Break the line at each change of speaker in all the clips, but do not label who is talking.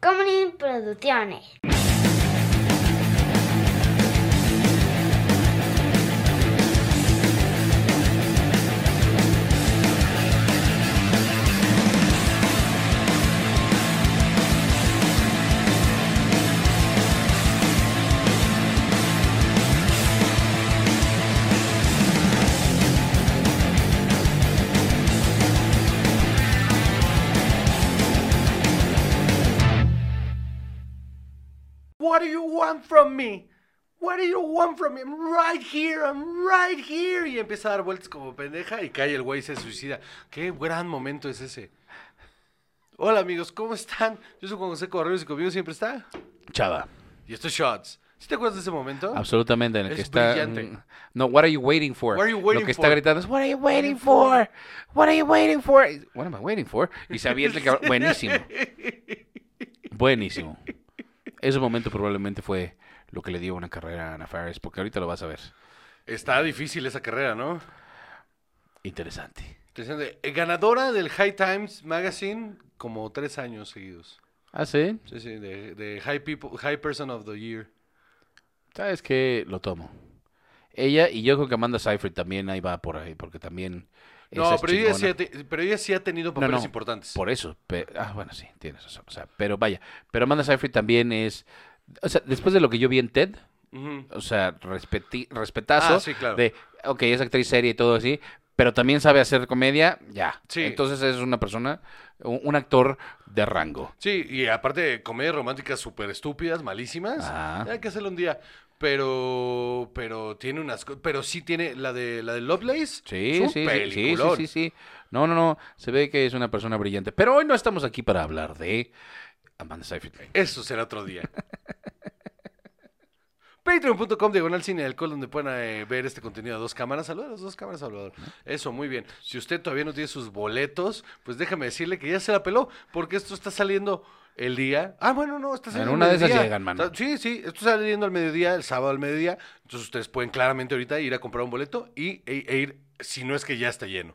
Comedy Producciones.
What do you want from me? What do you want from me? I'm right here, I'm right here. Y empieza a dar vueltas como pendeja y cae el güey y se suicida. Qué gran momento es ese. Hola amigos, ¿cómo están? Yo soy Juan José Correos y conmigo siempre está.
Chava.
Y esto es Shots. ¿Sí te acuerdas de ese momento?
Absolutamente, en el
Es
que está. mm,
brillante.
No, what are you waiting for?
What are you
Lo
waiting
que está
for?
gritando es, what are you waiting for? What are you waiting for? Y, What am I waiting for? Y se avienta el cabrón. Buenísimo. Buenísimo. Ese momento probablemente fue lo que le dio una carrera a Ana Faris, porque ahorita lo vas a ver.
Está difícil esa carrera, ¿no?
Interesante.
Interesante. Eh, Ganadora del High Times Magazine como tres años seguidos.
Ah, sí.
Sí, sí, de, de high, people, high Person of the Year.
¿Sabes qué? Lo tomo. Ella y yo creo que Amanda Seyfried también ahí va por ahí, porque también.
No,
esa es
pero ella, sí
chingona.
ha te- pero ella sí ha tenido papeles
no,
importantes.
Por eso. pe- ah, bueno, sí, tienes razón. O sea, pero vaya. Pero Amanda Seyfried también es. O sea, después de lo que yo vi en TED,
Ujú.
o sea, respeti- respetazo.
Ah, sí, claro.
De, ok, es actriz seria y todo así, pero también sabe hacer comedia, ya.
Sí.
Entonces es una persona, un, un actor de rango.
Sí, y aparte, comedias románticas súper estúpidas, malísimas.
Ah.
Hay que hacerlo un día. Pero, pero tiene unas co- Pero sí tiene la de la de Lovelace. es
Sí,
un
sí, sí, sí, sí,
peliculón.
sí, sí. No, no, no. Se ve que es una persona brillante. Pero hoy no estamos aquí para hablar de Amanda Seyfried.
Eso será otro día. Patreon.com diagonal cine del alcohol, donde pueden eh, ver este contenido a dos cámaras. Saludos a las dos cámaras, Salvador. Eso, muy bien. Si usted todavía no tiene sus boletos, pues déjame decirle que ya se la peló, porque esto está saliendo el día. Ah, bueno, no, está saliendo.
una
al
de esas
mediodía.
llegan, mano.
Está- Sí, sí, esto está saliendo al mediodía, el sábado al mediodía. Entonces ustedes pueden claramente ahorita ir a comprar un boleto y e- e ir, si no es que ya está lleno.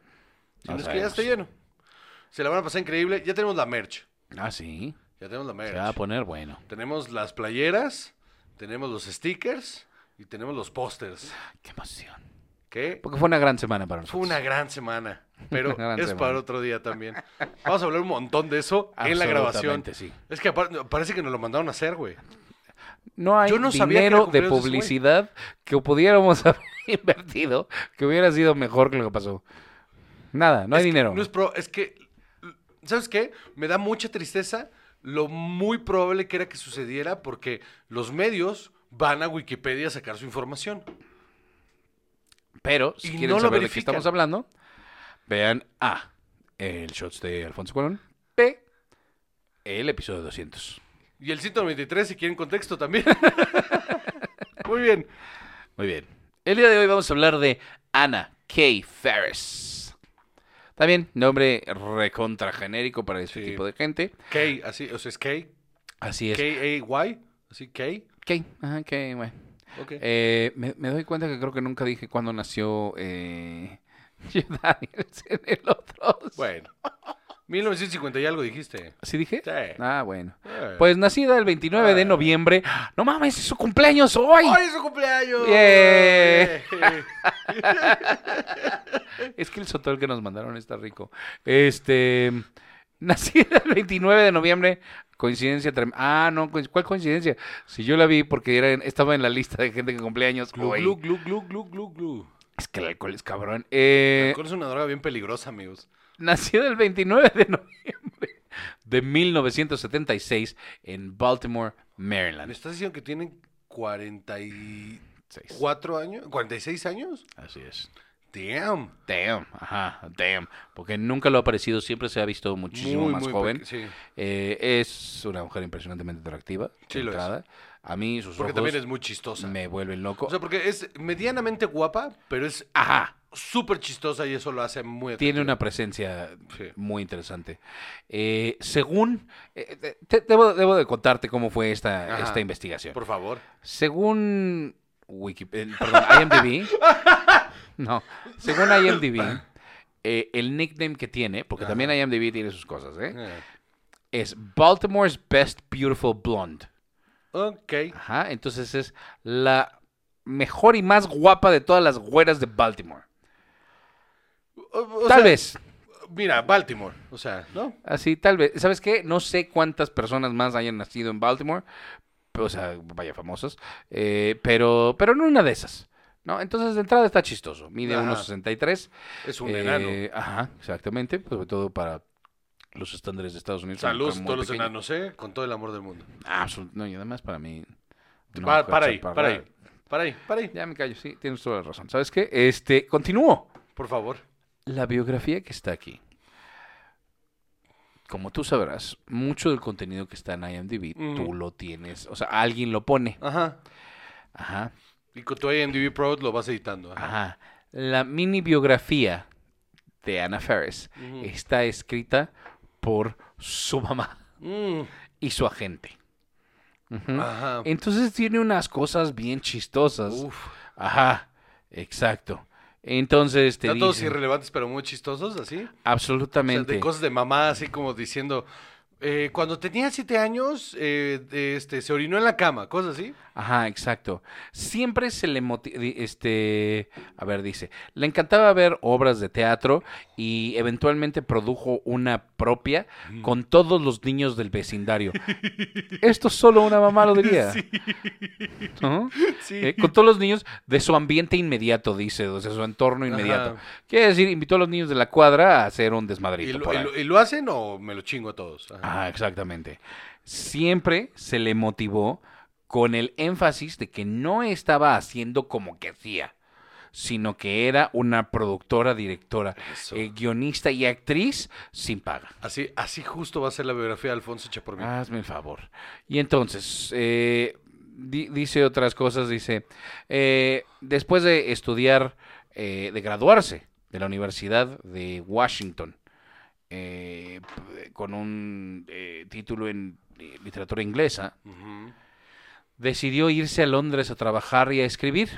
Si no,
No
es que ya
sabemos.
está lleno. Se la van a pasar increíble. Ya tenemos la merch.
Ah, sí.
Ya tenemos la merch.
Se va a poner bueno.
Tenemos las playeras, tenemos los stickers y tenemos los pósters.
Qué emoción.
Que
Porque fue una gran semana para
fue
nosotros.
una gran semana, pero es
Una gran semana.
para otro día también. Vamos a hablar un montón de eso en la grabación.
Absolutamente, sí.
Es que apar- parece que nos lo mandaron a hacer, güey.
No hay
Yo no sabía que era
dinero de
cumpleaños de ese güey.
publicidad que pudiéramos haber invertido que hubiera sido mejor que lo que pasó. Nada, no hay
Es que
dinero.
No es pro, es que, ¿sabes qué? Me da mucha tristeza lo muy probable que era que sucediera porque los medios van a Wikipedia a sacar su información.
Pero si
y
quieren
no lo
saber de qué
verifican.
estamos hablando, vean A, el shots de Alfonso Cuarón, B, el episodio 200.
Y el 193, si quieren contexto también. muy bien.
Muy bien. El día de hoy vamos a hablar de Ana K. Ferris. También nombre recontra genérico para este
Sí.
tipo de gente.
K, así, o sea, es K,
Así es.
K-A-Y, así K,
K. Ajá, K, güey.
ok.
Eh, me, me doy cuenta que creo que nunca dije cuándo nació eh, Jeff Daniels en el otro.
Bueno, 1950 y algo dijiste.
¿Sí dije?
Sí.
Ah, bueno.
Eh.
Pues nacida el 29 de
Ah.
noviembre. ¡No mames, es su cumpleaños hoy!
¡Hoy es su cumpleaños!
Yeah. Es que el sotol que nos mandaron está rico. Este, nacida el 29 de noviembre. Coincidencia trem- Ah, no, coinc- ¿cuál coincidencia? Si yo la vi porque era en- estaba en la lista de gente que cumpleaños
Glu,
hoy.
glu, glu, glu, glu, glu, glu.
Es que el alcohol es cabrón. Eh,
Alcohol es una droga bien peligrosa, amigos.
Nacido el 29 de noviembre de 1976 en Baltimore,
¿Me
Maryland.
estás diciendo que tienen 44
Seis.
años? ¿46 años?
Así es.
Damn.
Damn, ajá, damn. Porque nunca lo ha parecido, siempre se ha visto muchísimo más joven.
peque- Sí,
Eh, es una mujer impresionantemente atractiva. de
Sí, lo es.
entrada. A mí sus
porque
ojos
también es muy chistosa.
me vuelven loco.
O sea, porque es medianamente guapa, pero es
ajá,
súper chistosa y eso lo hace muy atractiva.
tiene una presencia
Sí.
muy interesante. Eh, según, eh, te- te- debo, debo de contarte cómo fue esta,
Ajá.
esta investigación.
Por favor.
Según Wikipedia, perdón, IMDb, no, según
Ah.
IMDb, eh, el nickname que tiene, porque también IMDb tiene sus cosas, ¿eh?
Eh.
es Baltimore's Best Beautiful Blonde.
Ok.
Ajá, entonces es la mejor y más guapa de todas las güeras de Baltimore.
O- o
tal
sea,
vez,
Mira, Baltimore. O sea, ¿no?
así, tal vez. ¿Sabes qué? No sé cuántas personas más hayan nacido en Baltimore, pero, o sea, vaya famosos, eh, pero, pero en una de esas. ¿no? Entonces, de entrada está chistoso. Mide
Ajá.
1,63.
Es un
Eh,
enano.
Ajá, exactamente. Sobre todo para los estándares de Estados Unidos.
Saludos a
son muy
todos los
pequeños.
enanos, ¿eh? Con todo el amor del mundo.
Ah, absolut- no, y además para mí. una
Pa-
mujer
para ahí,
chaparra-
para ahí. Para ahí, para ahí.
Ya me callo, sí, tienes toda la razón. ¿Sabes qué? Este, continúo.
Por favor.
La biografía que está aquí. Como tú sabrás, mucho del contenido que está en IMDb, tú
Ujú.
lo tienes. O sea, alguien lo pone.
Ajá.
Ajá,
Y con tu IMDb Pro lo vas editando. ¿eh? Ajá.
ajá. La mini biografía de Anna Ferris
Ujú.
está escrita por su mamá.
Mm,
y su agente. Ujú.
Ajá.
Entonces tiene unas cosas bien chistosas.
Uf.
Ajá, exacto. Entonces te
Datos
dice
irrelevantes pero muy chistosos, así. O sea,
absolutamente.
de cosas de mamá, así como diciendo, eh, cuando tenía siete años, eh, de- este, se orinó en la cama, cosas así.
Ajá, exacto. Siempre se le moti- di- este, a ver, dice, le encantaba ver obras de teatro y eventualmente produjo una propia
Mm.
con todos los niños del vecindario. Esto solo una mamá lo diría. ¿No?
Sí.
Eh, con todos los niños de su ambiente inmediato, dice, o sea, su entorno inmediato.
Ajá.
Quiere decir, invitó a los niños de la cuadra a hacer un
¿Y
desmadrito.
lo,
por
y
ahí.
lo- y lo hacen o me lo chingo a todos? Ajá.
Ah, exactamente. Siempre se le motivó con el énfasis de que no estaba haciendo como que hacía, sino que era una productora, directora,
Eso.
eh, guionista y actriz sin paga.
Así, así justo va a ser la biografía de Alfonso Chapormí.
Hazme el favor. Y entonces, eh, di- dice otras cosas, dice, eh, después de estudiar, eh, de graduarse de la Universidad de Washington, eh, p- con un eh, título en eh, literatura inglesa,
Ujú.
decidió irse a Londres a trabajar y a escribir,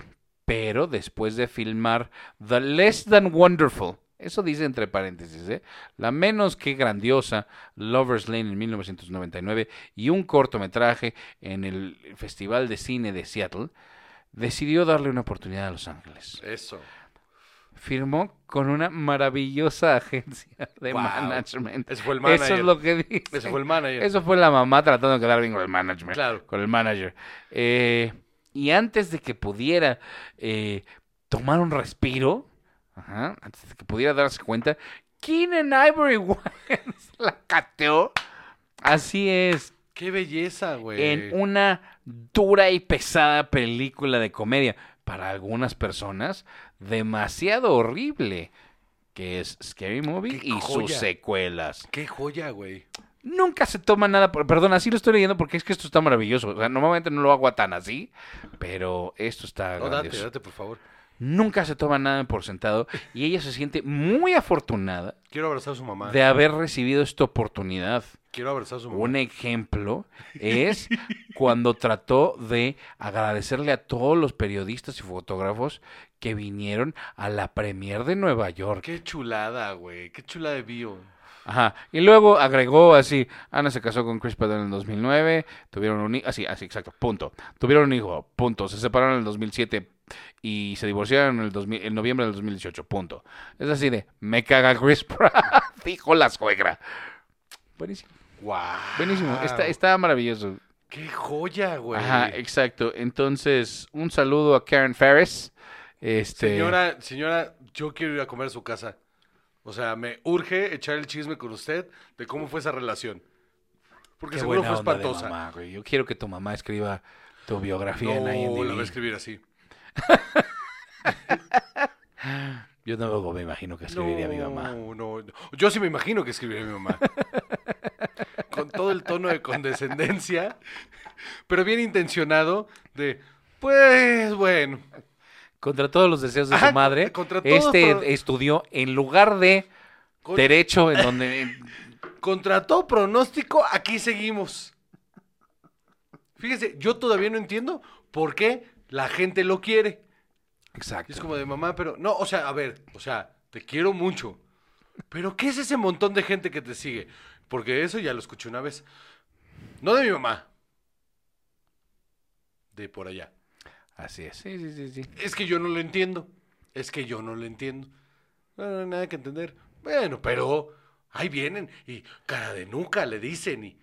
pero después de filmar The Less Than Wonderful, eso dice entre paréntesis, ¿eh? la menos que grandiosa Lovers Lane en 1999 y un cortometraje en el Festival de Cine de Seattle, decidió darle una oportunidad a Los Ángeles.
Eso.
Firmó con una maravillosa agencia de
Wow.
management.
Ese fue el manager.
Eso es lo que dice.
Ese fue el manager.
Eso fue la mamá tratando de quedar bien con el management.
Claro.
Con el manager. Eh, y antes de que pudiera eh, tomar un respiro, ajá, antes de que pudiera darse cuenta, Keenan Ivory Wines la cateó. Así es,
Qué belleza, güey.
en una dura y pesada película de comedia. Para algunas personas, demasiado horrible. Que es Scary Movie
¡Qué
y sus
joya!
secuelas.
Qué joya, güey.
Nunca se toma nada. por- Perdón, así lo estoy leyendo porque es que esto está maravilloso. O sea, normalmente no lo hago tan así, pero esto está.
No, Oh, date,
grandioso.
date, por favor.
Nunca se toma nada por sentado y ella se siente muy afortunada
Quiero abrazar a su mamá.
de haber recibido esta oportunidad.
Quiero abrazar a su mamá.
Un ejemplo es cuando trató de agradecerle a todos los periodistas y fotógrafos que vinieron a la premier de Nueva York.
Qué chulada, güey. Qué chula de bio.
Ajá. Y luego agregó así, Ana se casó con Chris Padden en el 2009, tuvieron un hijo, así, así, exacto, punto. Tuvieron un hijo, punto. Se separaron en el 2007 y se divorciaron en, el 2000 en noviembre del 2018, punto. Es así de, me caga Chris Pratt, dijo la suegra. Buenísimo,
Wow.
buenísimo, está, está maravilloso.
Qué joya, güey.
Ajá, este exacto. Entonces, un saludo a Karen Ferris. Este,
Señora, señora, yo quiero ir a comer a su casa. O sea, me urge echar el chisme con usted de cómo fue esa relación. Porque
qué
seguro
buena
fue
onda de
espantosa.
mamá, güey. Yo quiero que tu mamá escriba tu biografía en
no,
IMDb.
la voy a escribir así.
Yo tampoco me imagino que escribiría
no,
mi mamá.
No, no. Yo sí me imagino que escribiría mi mamá. Con todo el tono de condescendencia, pero bien intencionado de, pues bueno,
Contra todos los deseos de
Ajá,
su madre,
contra todos,
este
pero-
estudió en lugar de
con-
derecho, en donde en-
contra todo pronóstico, aquí seguimos. Fíjese, yo todavía no entiendo por qué la gente lo quiere. Y
exacto.
es como de mamá, pero no, o sea, a ver, o sea, te quiero mucho. Pero ¿qué es ese montón de gente que te sigue? Porque eso ya lo escuché una vez. No de mi mamá. De por allá.
Así es. Sí, sí, sí, sí.
Es que yo no lo entiendo. Es que yo no lo entiendo. No, no, nada que entender. Bueno, pero ahí vienen y cara de nuca le dicen y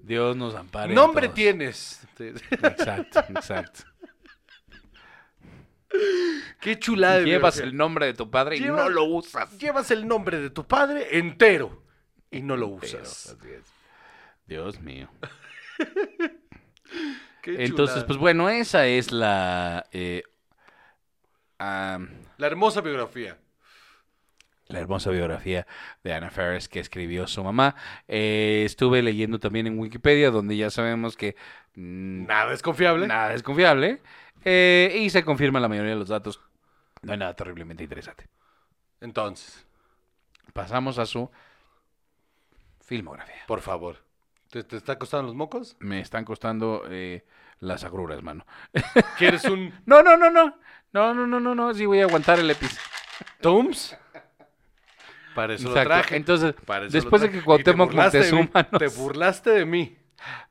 Dios nos ampare. a
nombre
todos.
tienes.
Exacto, exacto.
Qué chulada. de
Llevas
biografía.
el nombre de tu padre y
Llevas-
no lo usas.
Llevas el nombre de tu padre entero y no lo
Pero,
usas.
así es. Dios mío.
Qué
Entonces,
chulada.
pues bueno, esa es la eh, am,
la hermosa biografía.
la hermosa biografía de Anna Ferris que escribió su mamá. Eh, estuve leyendo también en Wikipedia, donde ya sabemos que mm,
Nada es confiable.
nada es confiable eh, y se confirma la mayoría de los datos. No hay nada terriblemente interesante.
Entonces,
Pasamos a su filmografía.
por favor. ¿Te, te está costando los mocos?
Me están costando eh, las agruras, mano.
¿Quieres un
No, no, no, no. No, no, no, no, no. Sí voy a aguantar el episodio.
Toms? Para eso
Exacto.
lo traje.
Entonces,
Para eso
después
lo
de
traje.
que Cuauhtémoc
Y te burlaste de mí,
Moctezuma
Te
nos,
burlaste de mí.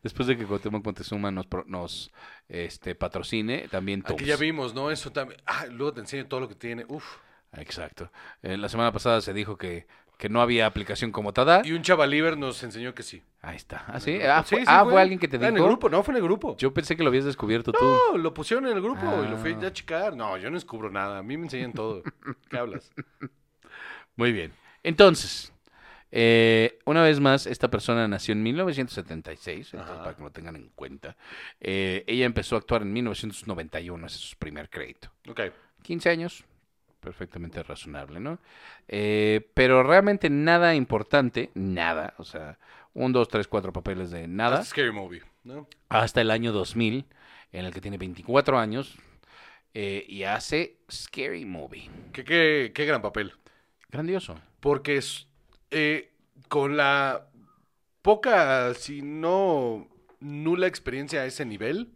después de que Cuauhtémoc Moctezuma nos, pro- nos, este, patrocine, también
Aquí
Tums.
ya vimos, ¿no? Eso también. Ah, luego te enseño todo lo que tiene. Uf.
Exacto. Eh, la semana pasada se dijo que, que no había aplicación como Tada.
Y un chavaliver nos enseñó que sí.
Ahí está.
En
Ah,
el
sí.
grupo.
Ah, fue,
Sí, sí,
ah, fue alguien que te
Ah,
dijo.
En el grupo, no, fue en el grupo.
Yo pensé que lo habías descubierto tú.
No, lo pusieron en el grupo y lo fui
Ah.
ya a checar. No, yo no descubro nada. A mí me enseñan todo. ¿Qué hablas?
Muy bien. Entonces, eh, una vez más, esta persona nació en 1976, entonces,
Ajá.
para que lo tengan en cuenta. Eh, ella empezó a actuar en 1991, ese es su primer crédito.
Ok.
15 años, perfectamente razonable, ¿no? Eh, pero realmente nada importante, nada, o sea, un, dos, tres, cuatro papeles de nada,
That's a Scary movie, ¿no?
hasta el año 2000, en el que tiene 24 años eh, y hace Scary Movie.
Qué, qué, qué gran papel.
Grandioso.
Porque es, eh, con la poca, si no nula experiencia a ese nivel,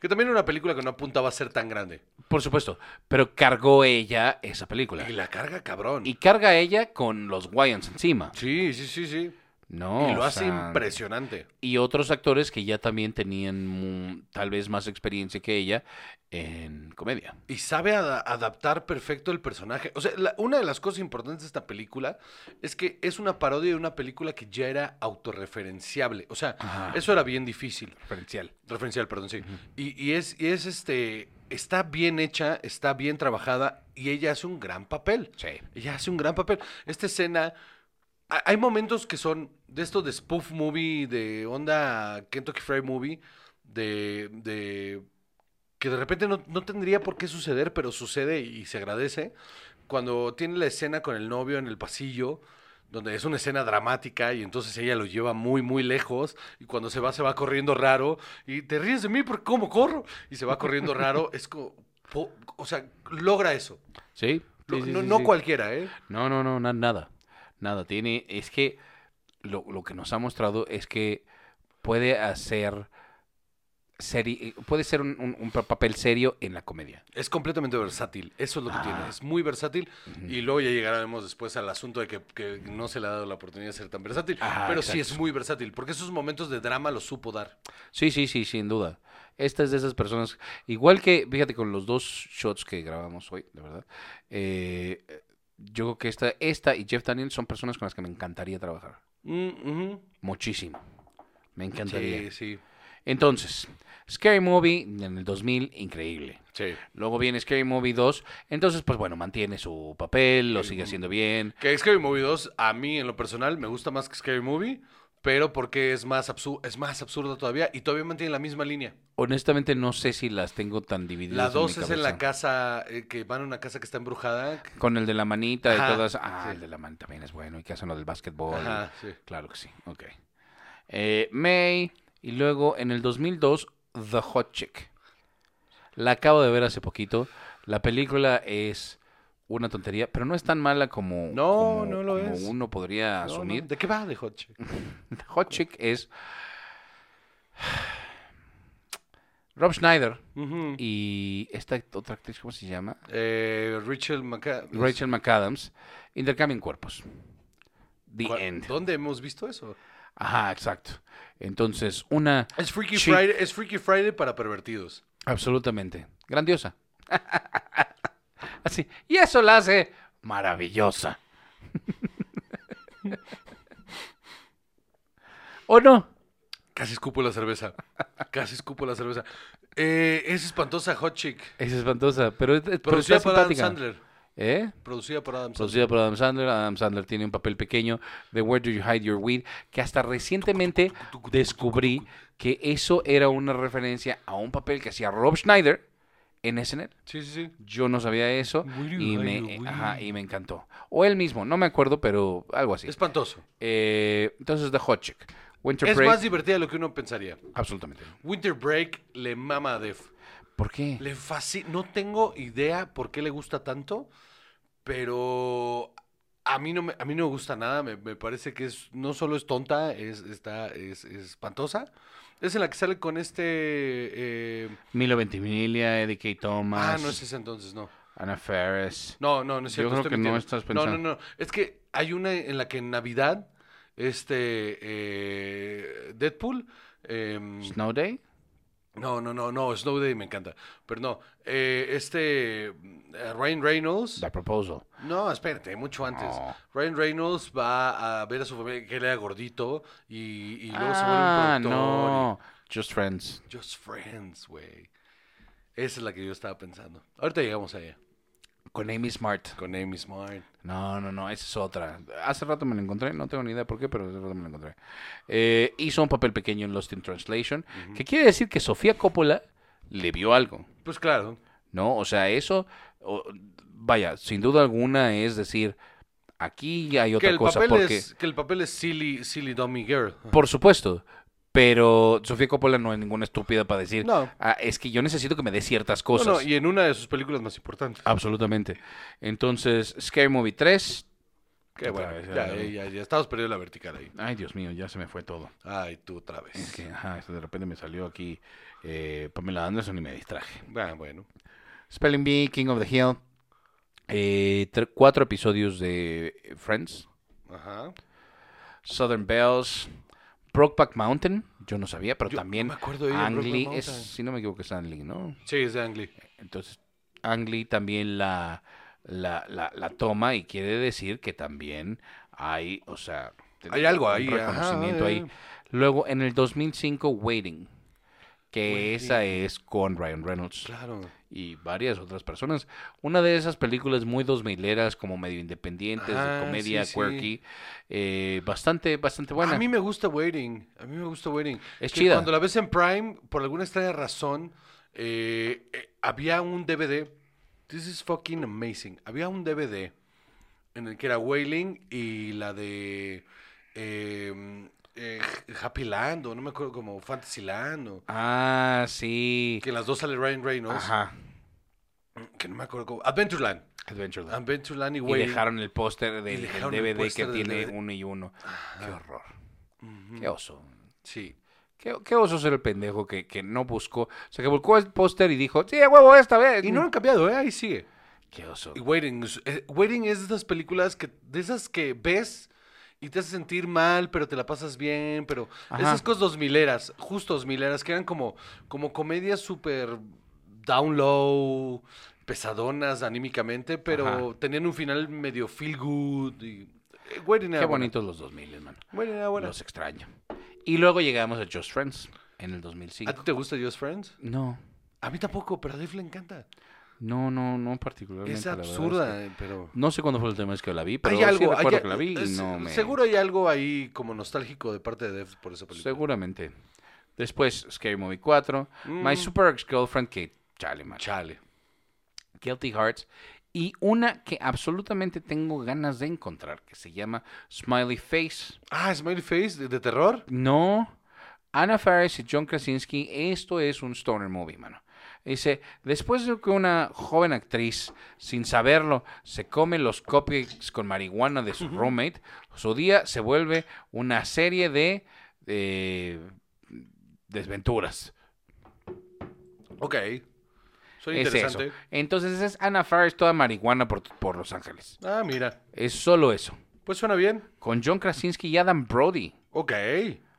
que también era una película que no apuntaba a ser tan grande.
Por supuesto, pero cargó ella esa película.
Y la carga, cabrón.
Y carga ella con los Wyans encima.
Sí, sí, sí, sí.
No,
y lo
o
hace
sea,
impresionante.
Y otros actores que ya también tenían mm, tal vez más experiencia que ella en comedia.
Y sabe ada- adaptar perfecto el personaje. O sea, la- una de las cosas importantes de esta película es que es una parodia de una película que ya era autorreferenciable. O sea,
Ajá.
eso era bien difícil.
Referencial.
Referencial, perdón, sí. y, y es, y es este. Está bien hecha, está bien trabajada y ella hace un gran papel.
Sí.
Ella hace un gran papel. Esta escena. ha- Hay momentos que son de esto de spoof movie, de onda Kentucky Fried Movie, de. de- que de repente no, no tendría por qué suceder, pero sucede y se agradece. Cuando tiene la escena con el novio en el pasillo, donde es una escena dramática y entonces ella lo lleva muy, muy lejos y cuando se va, se va corriendo raro y te ríes de mí por cómo corro y se va corriendo raro. Es como, po- o sea, logra eso.
Sí.
Lo-
sí, sí,
no
sí,
no
sí.
cualquiera, ¿eh?
No, no, no, na- nada. Nada. Tiene. Es que lo, lo que nos ha mostrado es que puede hacer. seri- puede ser un, un- un pa- papel serio en la comedia.
Es completamente versátil. Eso es lo que tiene.
Ah.
Es muy versátil. Y luego ya llegaremos después al asunto de que, que no se le ha dado la oportunidad de ser tan versátil.
Ah,
pero sí
exacto.
es muy versátil. Porque esos momentos de drama los supo dar.
Sí, sí, sí, sin duda. Esta es de esas personas, igual que, fíjate, con los dos shots que grabamos hoy, de verdad, eh, yo creo que esta, esta y Jeff Daniels son personas con las que me encantaría trabajar.
Mm, ujú.
Muchísimo. Me
Sí,
encantaría.
sí.
Entonces, Scary Movie en el 2000, increíble.
Sí.
Luego viene Scary Movie 2, entonces, pues bueno, mantiene su papel, lo
Sí,
sigue
mm.
haciendo bien.
Que Scary Movie 2, a mí en lo personal, me gusta más que Scary Movie. Pero porque es más, absu- es más absurdo todavía. Y todavía mantiene la misma línea.
Honestamente, no sé si las tengo tan divididas.
La
mi
2 es en la
cabeza.
casa, eh, que van a una casa que está embrujada.
Con el de la manita y
Ajá,
todas. Ah,
sí.
el de la manita también es bueno. Y que hacen lo del básquetbol. y-
Ajá, sí.
Claro que sí, ok. Eh, May, y luego en el 2002, The Hot Chick. La acabo de ver hace poquito. La película es una tontería, pero no es tan mala como,
No,
como-
no lo
como
es.
uno podría asumir.
¿De qué va de Hot Chick?
The Hot Chick es... Rob Schneider
Ujú.
y esta otra actriz, ¿cómo se llama?
Eh, Rachel McAdams.
Rachel McAdams, intercambian cuerpos. The
¿Cuál-
end.
¿Dónde hemos visto eso?
Ajá, exacto. Entonces, una...
Es Freaky,
Chic.
Friday, es Freaky Friday para pervertidos.
Absolutamente. Grandiosa. Así. Y eso la hace maravillosa. ¿O no?
Casi escupo la cerveza. Casi escupo la cerveza. Eh, es espantosa Hot Chick.
Es espantosa, pero, pero
Producida
está
por Adam
simpática.
Sandler.
¿Eh?
Producida por Adam Sandler.
Producida por Adam Sandler. Adam Sandler tiene un papel pequeño de Where Do You Hide Your Weed, que hasta recientemente descubrí que eso era una referencia a un papel que hacía Rob Schneider en SNL.
Sí, sí, sí.
Yo no sabía eso
Where do
y
you
me,
hide your
eh, ajá,
weed?
y me encantó. O él mismo, no me acuerdo, pero algo así.
Espantoso.
Eh, entonces, The Hot Chick. Winter
Es
Break.
más divertida de lo que uno pensaría.
Absolutamente.
Winter Break le mama a Def.
¿Por qué?
Le fascina. No tengo idea por qué le gusta tanto, pero a mí no me, a mí no me gusta nada. Me, me parece que es, no solo es tonta, es, está, es, es espantosa. Es en la que sale con este. eh,
Milo Ventimiglia, Eddie K. Thomas,
Ah, no es ese entonces, no.
Ana Ferris.
No, no, no es
Yo
cierto.
creo
estoy
que no
mintiendo.
estás pensando.
No, no, no. Es que hay una en la que en Navidad, este. eh, Deadpool. em,
Snow Day.
No, no, no, no, Snow Day me encanta. Pero no, eh, este. eh, Ryan Reynolds.
The Proposal.
No, espérate, mucho antes.
No.
Ryan Reynolds va a ver a su familia, que él era gordito, y, y luego se
ah,
vuelve un productor.
no. Just Friends.
y- Just Friends, güey. Esa es la que yo estaba pensando. Ahorita llegamos allá,
Con Amy Smart.
con Amy Smart.
No, no, no, esa es otra. Hace rato me la encontré, no tengo ni idea por qué, pero hace rato me la encontré. Eh, hizo un papel pequeño en Lost in Translation, que quiere decir que Sofía Coppola le vio algo,
Pues claro,
¿no? O sea, eso, o- vaya, sin duda alguna es decir, aquí hay
que
otra
el,
cosa,
papel
porque,
es, que el papel es Silly, silly Dummy Girl.
por supuesto, pero Sofía Coppola no es ninguna estúpida para decir,
No.
"Ah, es que yo necesito que me dé ciertas
No,
cosas. Ah,
no, y en una de sus películas más importantes.
Absolutamente. Entonces, Scary Movie 3.
Qué
Otra
bueno,
vez,
ya,
ya.
ya, ya, estamos perdiendo la vertical ahí.
Ay, Dios mío, ya se me fue todo.
Ay, tú otra vez.
Es que, ajá, esto de repente me salió aquí eh, Pamela Anderson y me distraje.
Ah, bueno.
Spelling Bee, King of the Hill. eh, tre- cuatro episodios de eh, Friends.
Ajá.
Southern Bells. Brokeback Mountain. Yo no sabía, pero
Yo
también
me acuerdo de ella en
Ang Lee,
Brokeback
es-
Mountain.
si no me equivoco, es Ang Lee, ¿no?
Sí, es de Ang Lee.
Entonces, Ang Lee también la, la, la, la toma y quiere decir que también hay, o sea,
Hay algo
un
ahí, ajá,
reconocimiento
eh.
ahí. Luego, en el 2005, Waiting, que esa es con Ryan Reynolds
Claro.
y varias otras personas. Una de esas películas muy dos mileras, como medio independientes,
Ajá,
de comedia,
sí, sí.
quirky, eh, bastante, bastante buena.
A mí me gusta Waiting. A mí me gusta Waiting.
Es
Que
chida.
Cuando la ves en Prime, por alguna extraña razón, eh, eh, había un DVD. This is fucking amazing. Había un DVD en el que era Wailing y la de eh, eh, Happy Land o no me acuerdo como Fantasyland o
Ah, sí.
que las dos sale Ryan Reynolds.
Ajá.
Que no me acuerdo cómo. Adventureland.
Adventureland.
Adventureland y
Y
Wailing.
dejaron el póster del, del
dejaron el
DVD
póster
que
del
tiene
DVD.
uno y uno. Qué horror.
Mm.
Qué oso.
Sí.
Qué, qué oso ser el pendejo que, que no buscó. O sea, que buscó el póster y dijo, sí, a huevo, esta vez.
Y no lo han cambiado, ¿eh? Ahí sigue.
Qué oso.
Y Waiting, es- eh, Waiting es de esas películas que, de esas que ves y te hace sentir mal, pero te la pasas bien, pero
Ajá.
esas cosas dos mileras, justo dos mileras, que eran como, como comedias súper down low, pesadonas anímicamente, pero
Ajá.
tenían un final medio feel good y... eh, Waiting era
Qué
buena.
bonitos los 2000, hermano.
Waiting era buena.
Los extraño. Y luego llegamos a Just Friends en el
¿A
2005.
ti te gusta Just Friends?
No,
A mí tampoco, pero a Dave le encanta.
no, no, no particularmente.
Es
la verdad es
absurda,
que-
eh, pero...
No sé cuándo fue el tema es que la vi, pero
hay algo,
sí
hay
recuerdo
a-
que la vi y
es-
no me...
Seguro hay algo ahí como nostálgico de parte de Dev por esa película.
Seguramente. Después, Scary Movie 4, My
Mm.
Super Ex Girlfriend, que chale, man.
Chale.
Guilty Hearts. Y una que absolutamente tengo ganas de encontrar, que se llama Smiley Face.
Ah, Smiley Face, de, de terror.
No, Anna Faris y John Krasinski, esto es un stoner movie, mano. Dice, después de que una joven actriz, sin saberlo, se come los cupcakes con marihuana de su roommate, su día se vuelve una serie de eh, desventuras.
Ok. Soy
Es eso.
interesante.
Entonces esa es Anna Faris toda marihuana por, por Los Ángeles.
Ah, mira.
Es solo eso.
Pues suena bien.
Con John Krasinski y Adam Brody.
Ok.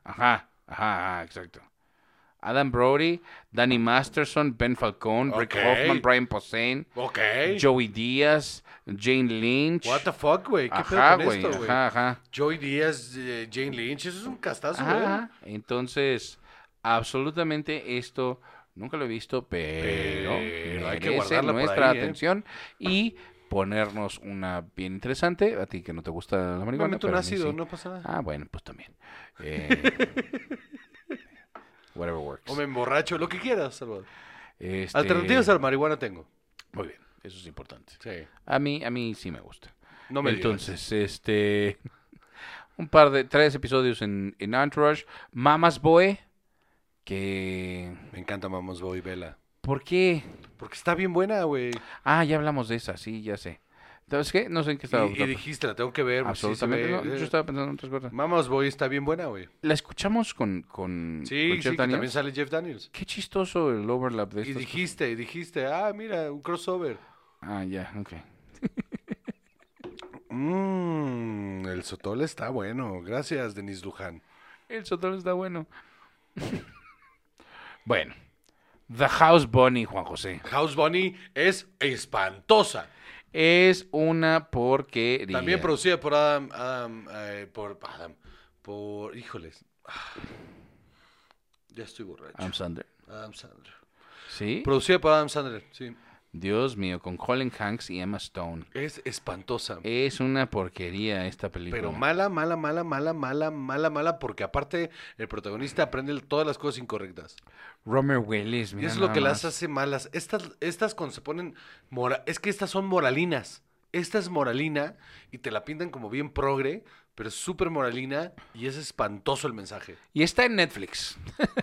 Ajá, ajá, ajá, exacto. Adam Brody, Danny Masterson, Ben Falcone, Rick
Ok.
Hoffman, Brian Posehn,
Ok.
Joey Díaz, Jane Lynch.
What the fuck, güey. ¿Qué pedo
ajá,
con
güey,
esto, güey?
ajá, ajá.
Joy Díaz, eh, Jane Lynch, eso es un castazo,
Ajá,
güey.
ajá. Entonces, absolutamente esto nunca lo he visto, pero,
Pero hay que
merece
guardarla por
nuestra
ahí, ¿eh?
atención y ponernos una bien interesante. A ti que no te gusta la marihuana.
Me meto un
pero a mí
ácido,
sí.
no pasa nada.
Ah, bueno, pues también. Eh, whatever works.
O me emborracho, lo que quieras, Salvador.
Este,
Alternativas a la marihuana tengo.
Muy bien, eso es importante.
Sí.
A mí, a mí sí me gusta.
No me digas.
Entonces, este. Un par de. Tres episodios en, en Entourage. Mamas Boy. Que.
Me encanta Mamos Boy Vela.
¿Por qué?
Porque está bien buena, güey.
Ah, ya hablamos de esa, sí, ya sé. Entonces, ¿qué? No sé en qué estaba.
Y, y dijiste, la tengo que ver. porque sí se
Absolutamente.
ve,
no,
eh.
yo estaba pensando en otras cosas.
Mama's Boy está bien buena, güey.
La escuchamos con. Mm, con
Sí,
con
sí,
Jeff
que
Daniels.
también sale Jeff Daniels.
Qué chistoso el overlap de
Y
estos.
dijiste, y dijiste, ah, mira, un crossover.
Ah, ya, ok.
Mmm,
Mm,
el Sotol está bueno. Gracias, Denis Luján.
El sotol está bueno. bueno. The House Bunny, Juan José.
House Bunny es espantosa.
Es una porquería.
También producida por Adam, Adam, eh, por Adam, por, híjoles. Ah. Ya estoy borracho.
Adam Sandler.
Adam Sandler.
Sí.
Producida por Adam Sandler, sí.
Dios mío, con Colin Hanks y Emma Stone.
Es espantosa.
Es una porquería esta película.
Pero mala, mala, mala, mala, mala, mala, mala, porque aparte el protagonista aprende todas las cosas incorrectas.
Romer Willis,
Y
mira
eso es lo
nada
que las
más.
hace malas. Estas, estas cuando se ponen... mora- es que estas son moralinas. Esta es moralina y te la pintan como bien progre, pero es súper moralina y es espantoso el mensaje.
Y está en Netflix.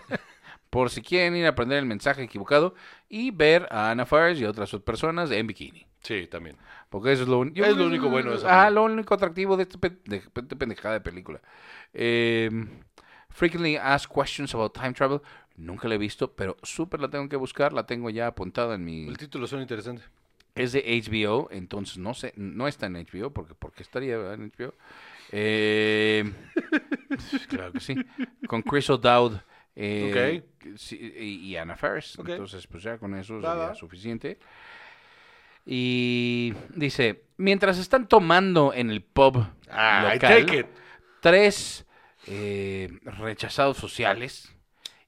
Por si quieren ir a aprender el mensaje equivocado y ver a Anna Faris y otras personas en bikini.
Sí, también.
Porque eso es lo, un- yo
Es lo
creo que
único bueno de esa
Ah,
película.
lo único atractivo de esta pe- de- de pendejada de película. Eh, frequently Asked Questions About Time Travel. Nunca la he visto, pero súper la tengo que buscar. La tengo ya apuntada en mi...
El título suena interesante.
Es de HBO, entonces no sé, no está en HBO, porque ¿por qué estaría verdad, en HBO? Eh, claro que sí. Con Chris O'Dowd eh, sí, y, y Anna Faris.
Ok.
Entonces, pues ya con eso
Va,
sería
va.
suficiente. Y dice, mientras están tomando en el pub
I
Ah, local,
take it.
tres eh, rechazados sociales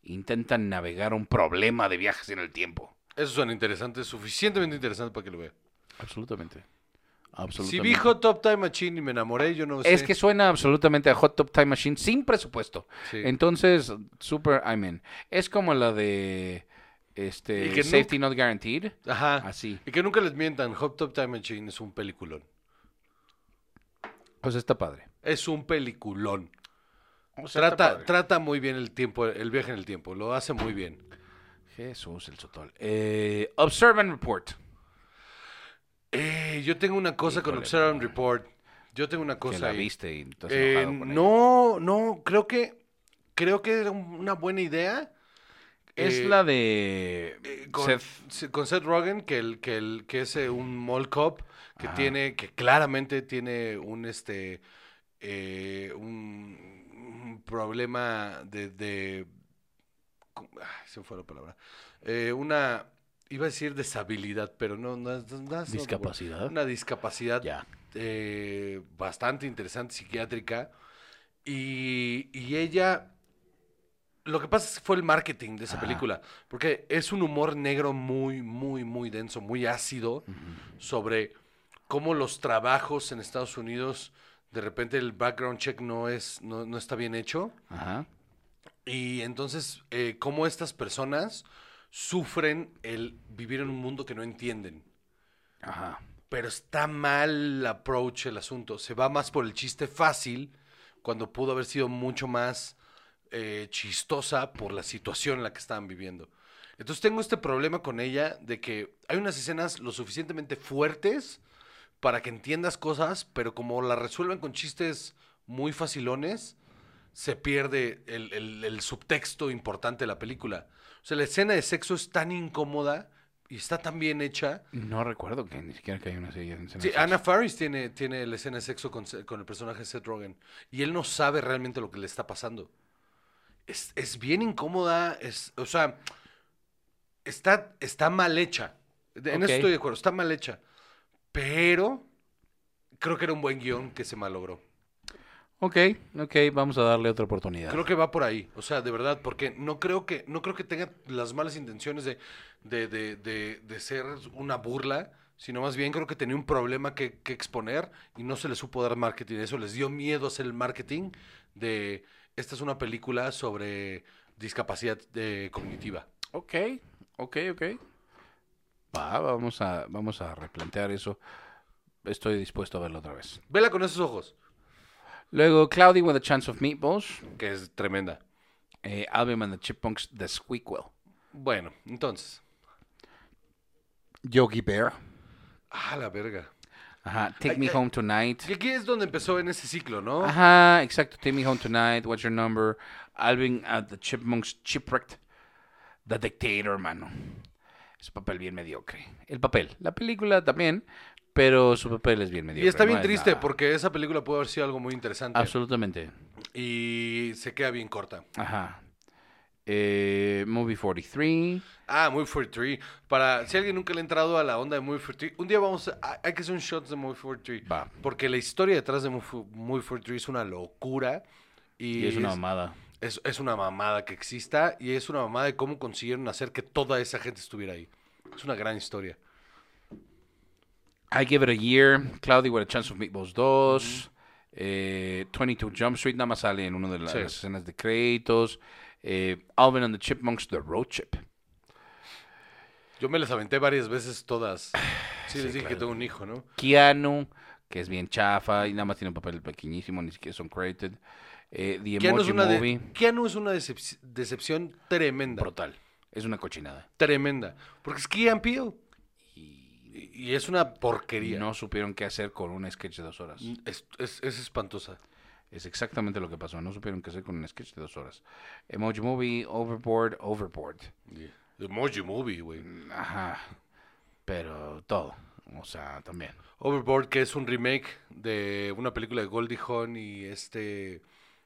intentan navegar un problema de viajes en el tiempo.
Eso suena interesante, suficientemente interesante para que lo vea.
Absolutamente.
Si
Absolutamente.
vi Hot Top Time Machine y me enamoré, yo no sé.
Es que suena absolutamente a Hot Top Time Machine sin presupuesto.
Sí.
Entonces, super I'm in. Es como la de este
Y que Ah.
Safety Not Guaranteed.
Ajá.
Así.
Y que nunca les mientan, Hot Top Time Machine es un peliculón.
O sea, Pues está padre.
Es un peliculón.
O sea, está
Trata,
padre.
trata muy bien el tiempo, el viaje en el tiempo. Lo hace muy bien.
Jesús, el sotol. Eh, Observe and Report.
Eh, yo tengo una cosa con
Híjole,
Observe and
no.
Report. Yo tengo una
que
cosa
la
ahí.
viste y estás
Eh,
enojado con ella.
no, no, creo que creo que era un- una buena idea.
Es
Eh,
la de
eh, con
Seth.
se- con Seth Rogen, que, el, que, el, que es eh, un mall cop, que
Ajá.
tiene, que claramente tiene un este eh, un, un problema de, de- cu- ay, se me fue la palabra. Eh, una iba a decir deshabilidad, pero no, no, es- no es- no es-
Discapacidad.
Una discapacidad
Ya.
eh, bastante interesante psiquiátrica. Y, y ella. Lo que pasa es que fue el marketing de esa
Ajá.
película. Porque es un humor negro muy, muy, muy denso, muy ácido sobre cómo los trabajos en Estados Unidos. De repente el background check no es, no, no está bien hecho.
Ajá.
Y entonces, eh, cómo estas personas sufren el vivir en un mundo que no entienden
Ajá.
pero está mal el approach el asunto. Se va más por el chiste fácil cuando pudo haber sido mucho más eh, chistosa por la situación en la que estaban viviendo. Entonces tengo este problema con ella de que hay unas escenas lo suficientemente fuertes para que entiendas cosas, pero como la resuelven con chistes muy facilones, se pierde el, el- el subtexto importante de la película. O sea, la escena de sexo es tan incómoda y está tan bien hecha.
No recuerdo que ni siquiera que hay una serie en
Sí,
Sexy.
Anna Faris tiene, tiene la escena de sexo con, Se- con el personaje de Seth Rogen y él no sabe realmente lo que le está pasando. Es, es bien incómoda, es, o sea, está, está mal hecha. De- En eso
Ok.
estoy de acuerdo, está mal hecha. Pero creo que era un buen guión que se malogró.
Ok, ok, vamos a darle otra oportunidad.
Creo que va por ahí, o sea, de verdad, porque no creo que, no creo que tenga las malas intenciones de, de, de- de- de ser una burla, sino más bien creo que tenía un problema que, que exponer y no se le supo dar marketing. Eso les dio miedo hacer el marketing de esta es una película sobre discapacidad eh, cognitiva.
Ok, ok, ok. Va, vamos a, vamos a replantear eso. Estoy dispuesto a verlo otra vez.
Vela con esos ojos,
Luego, Cloudy with a Chance of Meatballs.
que es tremenda.
Eh, Alvin and the Chipmunks, The Squeakquel.
Bueno, entonces.
Yogi Bear.
Ah, la verga.
Ajá, Take Me
Ay, ay.
Home Tonight.
Y aquí es donde empezó en ese ciclo, ¿no?
Ajá, exacto. Take Me Home Tonight, What's Your Number, Alvin at the Chipmunks, Chipwrecked, The Dictator, hermano. Es un papel bien mediocre. El papel, la película también, pero su papel es bien mediocre.
Y está
no
bien
es
triste
nada.
porque esa película pudo haber sido algo muy interesante.
Absolutamente.
Y se queda bien corta.
Ajá. Eh, movie 43.
Ah, Muy 43. Para, si alguien nunca le ha entrado a la onda de Muy 43, un día vamos a, a- hay que hacer un shot de Muy 43.
Va.
Porque la historia detrás de Muy, Fu- Muy 43 es una locura. Y,
Y es una mamada.
es- es una mamada que exista y es una mamada de cómo consiguieron hacer que toda esa gente estuviera ahí. Es una gran historia.
I Give It a Year, Cloudy with a Chance of Meatballs 2, eh, 22 Jump Street, nada más sale en una de las
Sí.
escenas de créditos, eh, Alvin and the Chipmunks, The Road Chip.
Yo me las aventé varias veces todas. Sí,
Sí,
les dije
claro.
que tengo un hijo, ¿no?
Keanu, que es bien chafa y nada más tiene un papel pequeñísimo, ni siquiera son credited. Eh, The
Keanu es
Emoji
una, de-
Movie,
Keanu es una decep- decepción tremenda.
brutal. Es una cochinada.
Tremenda. Porque es Keanu Peele. Y, y es una porquería.
No supieron qué hacer con un sketch de dos horas.
Es, es- es espantosa.
Es exactamente lo que pasó. No supieron qué hacer con un sketch de dos horas. Emoji Movie, Overboard, Overboard.
Emoji Movie, güey.
Ajá. Pero todo. O sea, también.
Overboard, que es un remake de una película de Goldie Hawn y este.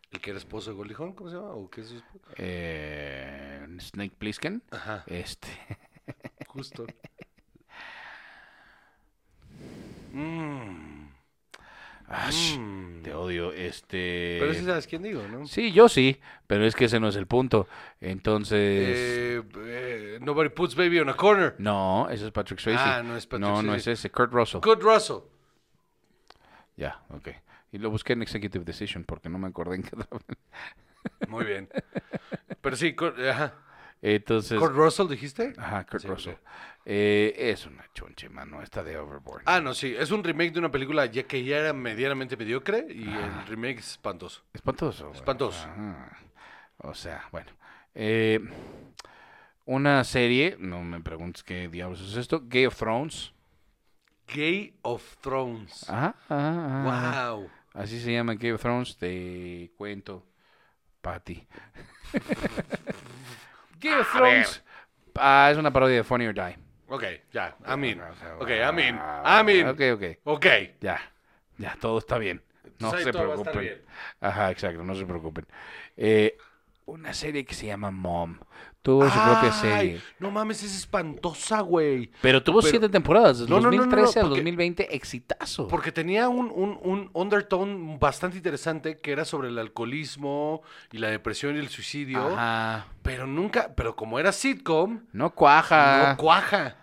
El que era esposo de Goldie Hawn, ¿cómo se llama? ¿O qué es su esp-
Eh, Snake Plissken.
Ajá,
Este.
justo. Mm,
Ash,
mm.
Te odio. Este.
Pero sí sabes quién digo, ¿no?
Sí, yo sí. Pero es que ese no es el punto. Entonces.
Eh, eh, nobody puts baby on a corner.
No, ese es Patrick Swayze.
Ah, no es Patrick
No, no es
Swayze.
ese. Kurt Russell.
Kurt Russell.
Ya, ok. Y lo busqué en Executive Decision porque no me acordé en qué otra vez.
Muy bien. Pero sí, Kurt, ajá.
Entonces.
Kurt Russell, dijiste.
Ajá, Kurt
Sí,
Russell.
ok.
Eh, es una chonche, mano. Esta de Overboard.
Ah, no, sí. Es un remake de una película ya que ya era medianamente mediocre y
Ah.
el remake es espantoso.
Espantoso. güey.
Espantoso.
Ajá. O sea, bueno. Eh, una serie, no me preguntes qué diablos es esto, Game of Thrones.
Gay of Thrones.
Ajá, ajá, ajá.
wow.
Así se llama Game of Thrones, te cuento, Patty. Game of
A ver.
Thrones. Ah, es una parodia de Funny or Die.
Ok, ya. I mean.
O sea,
Ok, I mean.
ah,
I mean.
Ok, ok.
Ok.
Ya, ya, todo está bien. No
Entonces ahí
se
todo va a estar
preocupen.
bien.
Ajá, exacto, no se preocupen. Eh, una serie que se llama Mom. Tuvo su
Ay,
propia serie.
No mames, es espantosa, güey.
Pero tuvo
pero-
siete temporadas, del
No, no, no, no, no,
2013 al
porque-
2020, exitazo.
Porque tenía un, un, un undertone bastante interesante que era sobre el alcoholismo y la depresión y el suicidio.
Ajá.
Pero nunca, pero como era sitcom,
No cuaja.
no
No,
cuaja.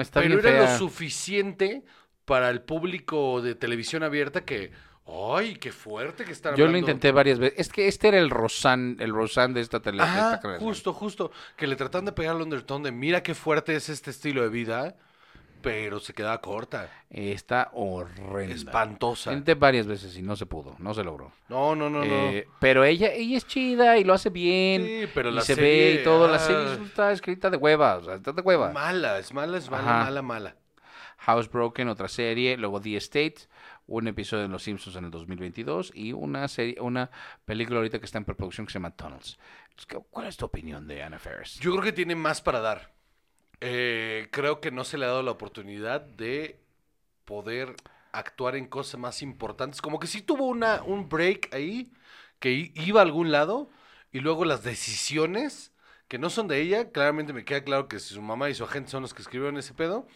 está
pero
bien
era
fea.
lo suficiente para el público de televisión abierta que, ay, qué fuerte que están
Yo lo
hablando".
intenté varias veces. Es que este era el Rosan, el Rosan de esta televisión.
Ajá, justo, justo. Que le tratan de pegar al undertone de, mira qué fuerte es este estilo de vida, pero se quedaba corta.
Está horrenda.
Espantosa.
Intenté varias veces y no se pudo, no se logró.
No, no, no,
Eh, Pero ella, ella es chida y lo hace bien.
Sí, pero
y
la
se ve
serie,
y todo.
ah.
La serie está escrita de hueva. O sea, está de
no.
hueva.
Mala, es mala, es mala,
Ajá.
mala, mala.
Housebroken, otra serie. Luego The Estate. un episodio de Los Simpsons en el 2022 y una serie, una película ahorita que está en preproducción que se llama Tunnels. Entonces, ¿qué- ¿Cuál es tu opinión de Anna Faris?
Yo creo que tiene más para dar. Eh, creo que no se le ha dado la oportunidad de poder actuar en cosas más importantes. Como que sí tuvo una, un break ahí, que i- iba a algún lado, y luego las decisiones que no son de ella, claramente me queda claro que si su mamá y su agente son los que escribieron ese pedo.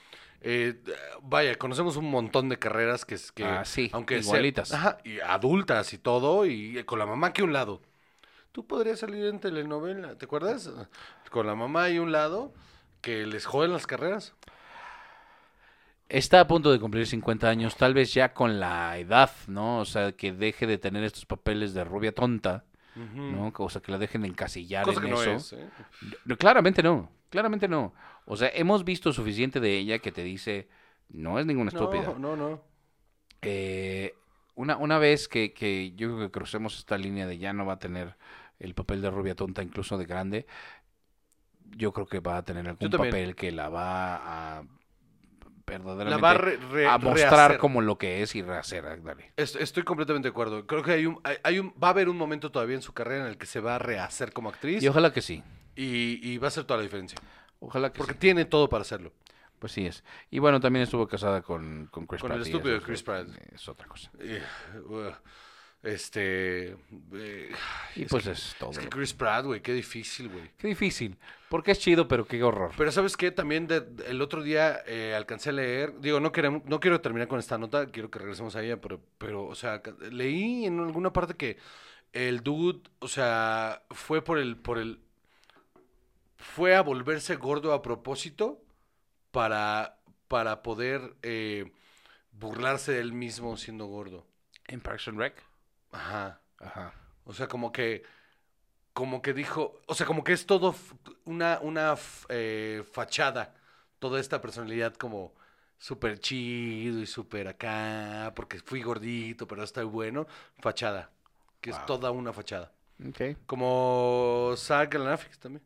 eh, vaya, conocemos un montón de carreras que, es- que
Ah, sí,
aunque sea-
igualitas.
ajá, y adultas y todo, y eh, con la mamá que a un lado. Tú podrías salir en telenovela, ¿te acuerdas? Con la mamá y un lado que les joden las carreras.
Está a punto de cumplir 50 años, tal vez ya con la edad, ¿no? O sea, que deje de tener estos papeles de rubia tonta, ¿no? O sea, que la dejen encasillar
Cosa
en
que no
eso.
es. ¿eh?
No, claramente no, claramente no. O sea, hemos visto suficiente de ella que te dice, no es ninguna estúpida.
No, no, no.
Eh, una, una vez que, que yo creo que crucemos esta línea de ya no va a tener el papel de rubia tonta, incluso de grande, yo creo que va a tener algún
también.
papel que la va a verdaderamente
La va a, re- re-
a mostrar
rehacer.
como lo que es y rehacer. ah, dale.
Es- Estoy completamente de acuerdo. Creo que hay un, hay, hay un, va a haber un momento todavía en su carrera en el que se va a rehacer como actriz
Y
y,
ojalá que sí.
y va a hacer toda la diferencia.
Ojalá que
Porque
sí.
tiene todo para hacerlo.
Pues sí es. Y bueno, también estuvo casada con, con Chris
Con
Pratt.
el
y
estúpido
eso es-
de Chris Pratt.
Es otra cosa.
Eh, uh, Este. eh,
Y
es
pues
que-
es todo.
Es que Chris Pratt, güey, qué difícil, güey.
Qué difícil. Porque es chido, pero qué horror.
Pero sabes qué, también de- el otro día eh, alcancé a leer, digo, no, queremos, no quiero terminar con esta nota, quiero que regresemos a ella, pero, pero, o sea, ca- leí en alguna parte que el dude, o sea, fue por el, por el, fue a volverse gordo a propósito para, para poder eh, burlarse de él mismo siendo gordo.
En Parks and Rec.
Ajá.
Ajá.
O sea, como que. Como que dijo. O sea, como que es todo f- una, una f- eh, fachada. Toda esta personalidad como súper chido y súper acá. Porque fui gordito, pero estoy bueno. Fachada. Que es
Wow.
toda una fachada.
Ok.
Como Zach Galifianakis también.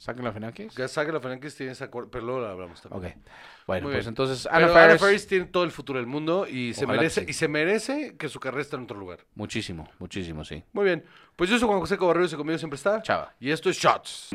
¿Sacan la Fenakis?
Que Zach Galifianakis tiene esa. cor- Pero luego la hablamos también.
Ok. Bueno,
Muy
pues
bien.
entonces
Pero
Ana Faris,
tiene todo el futuro del mundo y se,
Ojalá que
merece,
sí.
y se merece que su carrera esté en otro lugar.
Muchísimo, muchísimo, sí.
Muy bien. Pues yo soy Juan José Cobarreros y conmigo siempre está.
Chava.
Y esto es Shots.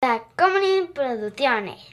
Tacomunin Producciones.